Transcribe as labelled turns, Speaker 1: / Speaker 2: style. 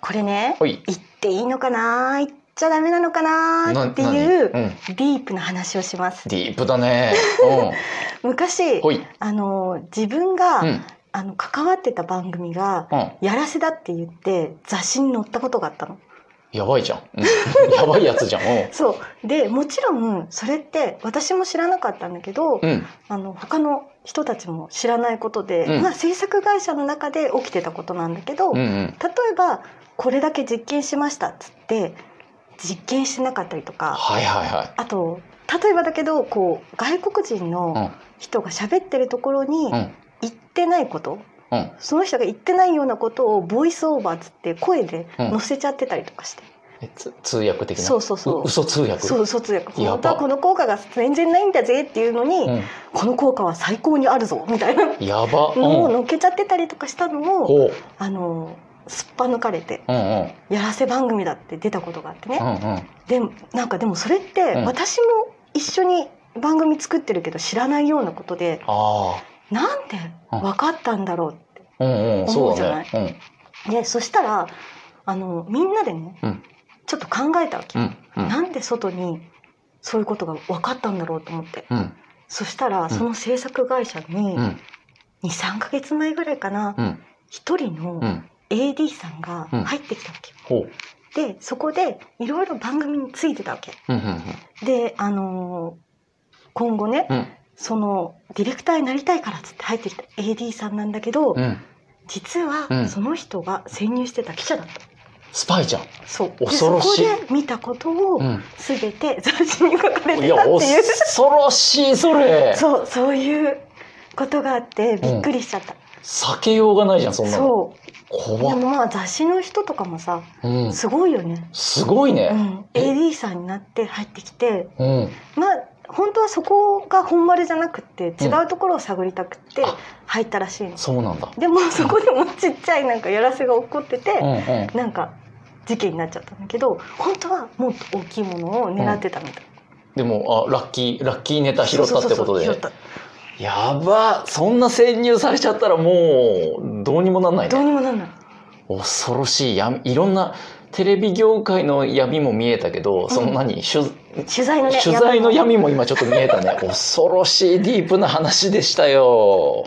Speaker 1: これね、
Speaker 2: ほい
Speaker 1: 言っていいのかな言っちゃダメなのかなっていう
Speaker 2: な何うん
Speaker 1: ディープな話をします
Speaker 2: ディープ だねう
Speaker 1: 昔
Speaker 2: んほい
Speaker 1: あの自分が、
Speaker 2: うん
Speaker 1: あの関わってた番組が
Speaker 2: うん
Speaker 1: やらせだって言って雑誌に載ったことがあったの
Speaker 2: やばいじゃん、うん やばいやつじゃんう
Speaker 1: そうでもちろんそれって私も知らなかったんだけど、
Speaker 2: んうん
Speaker 1: あの他の人たちも知らないことで、
Speaker 2: うん
Speaker 1: まあ、制作会社の中で起きてたことなんだけど、
Speaker 2: うんう
Speaker 1: 例え
Speaker 2: ん
Speaker 1: ばこれだけ実験しましたっつって実験してなかったりとか
Speaker 2: はいはいは
Speaker 1: あと例えばだけどこう外国人の人が喋ってるところに
Speaker 2: いうん
Speaker 1: 言ってないこと、
Speaker 2: うん
Speaker 1: その人が言ってないようなことをボイスオーバーっつって声で載せちゃってたりとかして、
Speaker 2: えつ通訳的な
Speaker 1: そうそうそう
Speaker 2: 嘘通訳
Speaker 1: そう嘘つや
Speaker 2: やば
Speaker 1: 本当はこの効果が全然ないんだぜっていうのに、
Speaker 2: うん
Speaker 1: この効果は最高にあるぞみたいな
Speaker 2: やばうん
Speaker 1: のを乗っけちゃってたりとかしたのを、
Speaker 2: ほう
Speaker 1: あのすっぱ抜かれて
Speaker 2: うんうん
Speaker 1: やらせ番組だって出たことがあってね、
Speaker 2: うんうん
Speaker 1: でなんかでもそれって
Speaker 2: うん
Speaker 1: 私も一緒に番組作ってるけど知らないようなことで
Speaker 2: あ
Speaker 1: なんで分かったんだろうって
Speaker 2: あうんうん
Speaker 1: 思
Speaker 2: そうう
Speaker 1: じゃ
Speaker 2: だ
Speaker 1: ない
Speaker 2: ねうん
Speaker 1: でそしたらあのみんなでね、
Speaker 2: うん
Speaker 1: ちょっと考えたわけ、
Speaker 2: うんうん
Speaker 1: なんで外にそういうことが分かったんだろうと思って
Speaker 2: うん
Speaker 1: そしたら
Speaker 2: ん
Speaker 1: その制作会社に
Speaker 2: うん
Speaker 1: 23ヶ月前ぐらいかな
Speaker 2: うん
Speaker 1: 一人の
Speaker 2: うん、
Speaker 1: AD さんが
Speaker 2: うん
Speaker 1: 入ってきたわけよ
Speaker 2: ほう、
Speaker 1: でそこでいろいろ番組についてたわけ
Speaker 2: うんうん
Speaker 1: であのー今後ね、
Speaker 2: うん
Speaker 1: そのディレクターになりたいからっつって入ってきた AD さんなんだけど、
Speaker 2: うん、うん、
Speaker 1: 実
Speaker 2: う
Speaker 1: は
Speaker 2: ん
Speaker 1: その人が潜入してた記者だった、
Speaker 2: スパイじゃん。
Speaker 1: そうで
Speaker 2: 恐ろしい
Speaker 1: そこで見たことを
Speaker 2: うん、
Speaker 1: 全て雑誌に書かれてたって
Speaker 2: い
Speaker 1: い
Speaker 2: や、
Speaker 1: う、
Speaker 2: 恐ろしい、それ。
Speaker 1: そうそういうことがあってびっくりしちゃった、
Speaker 2: 避けようがないじゃん、そんなの。
Speaker 1: そうで
Speaker 2: 怖っ。
Speaker 1: もまあ雑誌の人とかもさ
Speaker 2: うん、
Speaker 1: すごいよね、
Speaker 2: すごいうね。
Speaker 1: ん、AD さんになって入ってきて
Speaker 2: うん、
Speaker 1: まあ本当はそこが本丸じゃなくって違うところを探りたくって
Speaker 2: あ
Speaker 1: 入ったらしいの、
Speaker 2: そうなんだ。
Speaker 1: でもそこでもちっちゃいなんかやらせが起こって
Speaker 2: うん、
Speaker 1: て、
Speaker 2: うん。
Speaker 1: なんか事件になっちゃったんだけど本当はもっと大きいものを狙ってたみたい、
Speaker 2: でも、あ、ラッキー、ラッキーネタ拾
Speaker 1: そう
Speaker 2: っ
Speaker 1: そ
Speaker 2: た
Speaker 1: うそ
Speaker 2: っ
Speaker 1: う
Speaker 2: て
Speaker 1: そ
Speaker 2: こ
Speaker 1: う
Speaker 2: と
Speaker 1: 拾
Speaker 2: で
Speaker 1: っ。た
Speaker 2: やば、そんな潜入されちゃったら、もう、どうにもなんない
Speaker 1: どう
Speaker 2: ね。
Speaker 1: にもなんない
Speaker 2: 恐ろしい、や、いろんな。テレビ業界の闇も見えたけど、その何、しゅ
Speaker 1: 取材のね
Speaker 2: 取材の
Speaker 1: 山
Speaker 2: 闇も今ちょっと見えたね恐ろしいディープな話でしたよ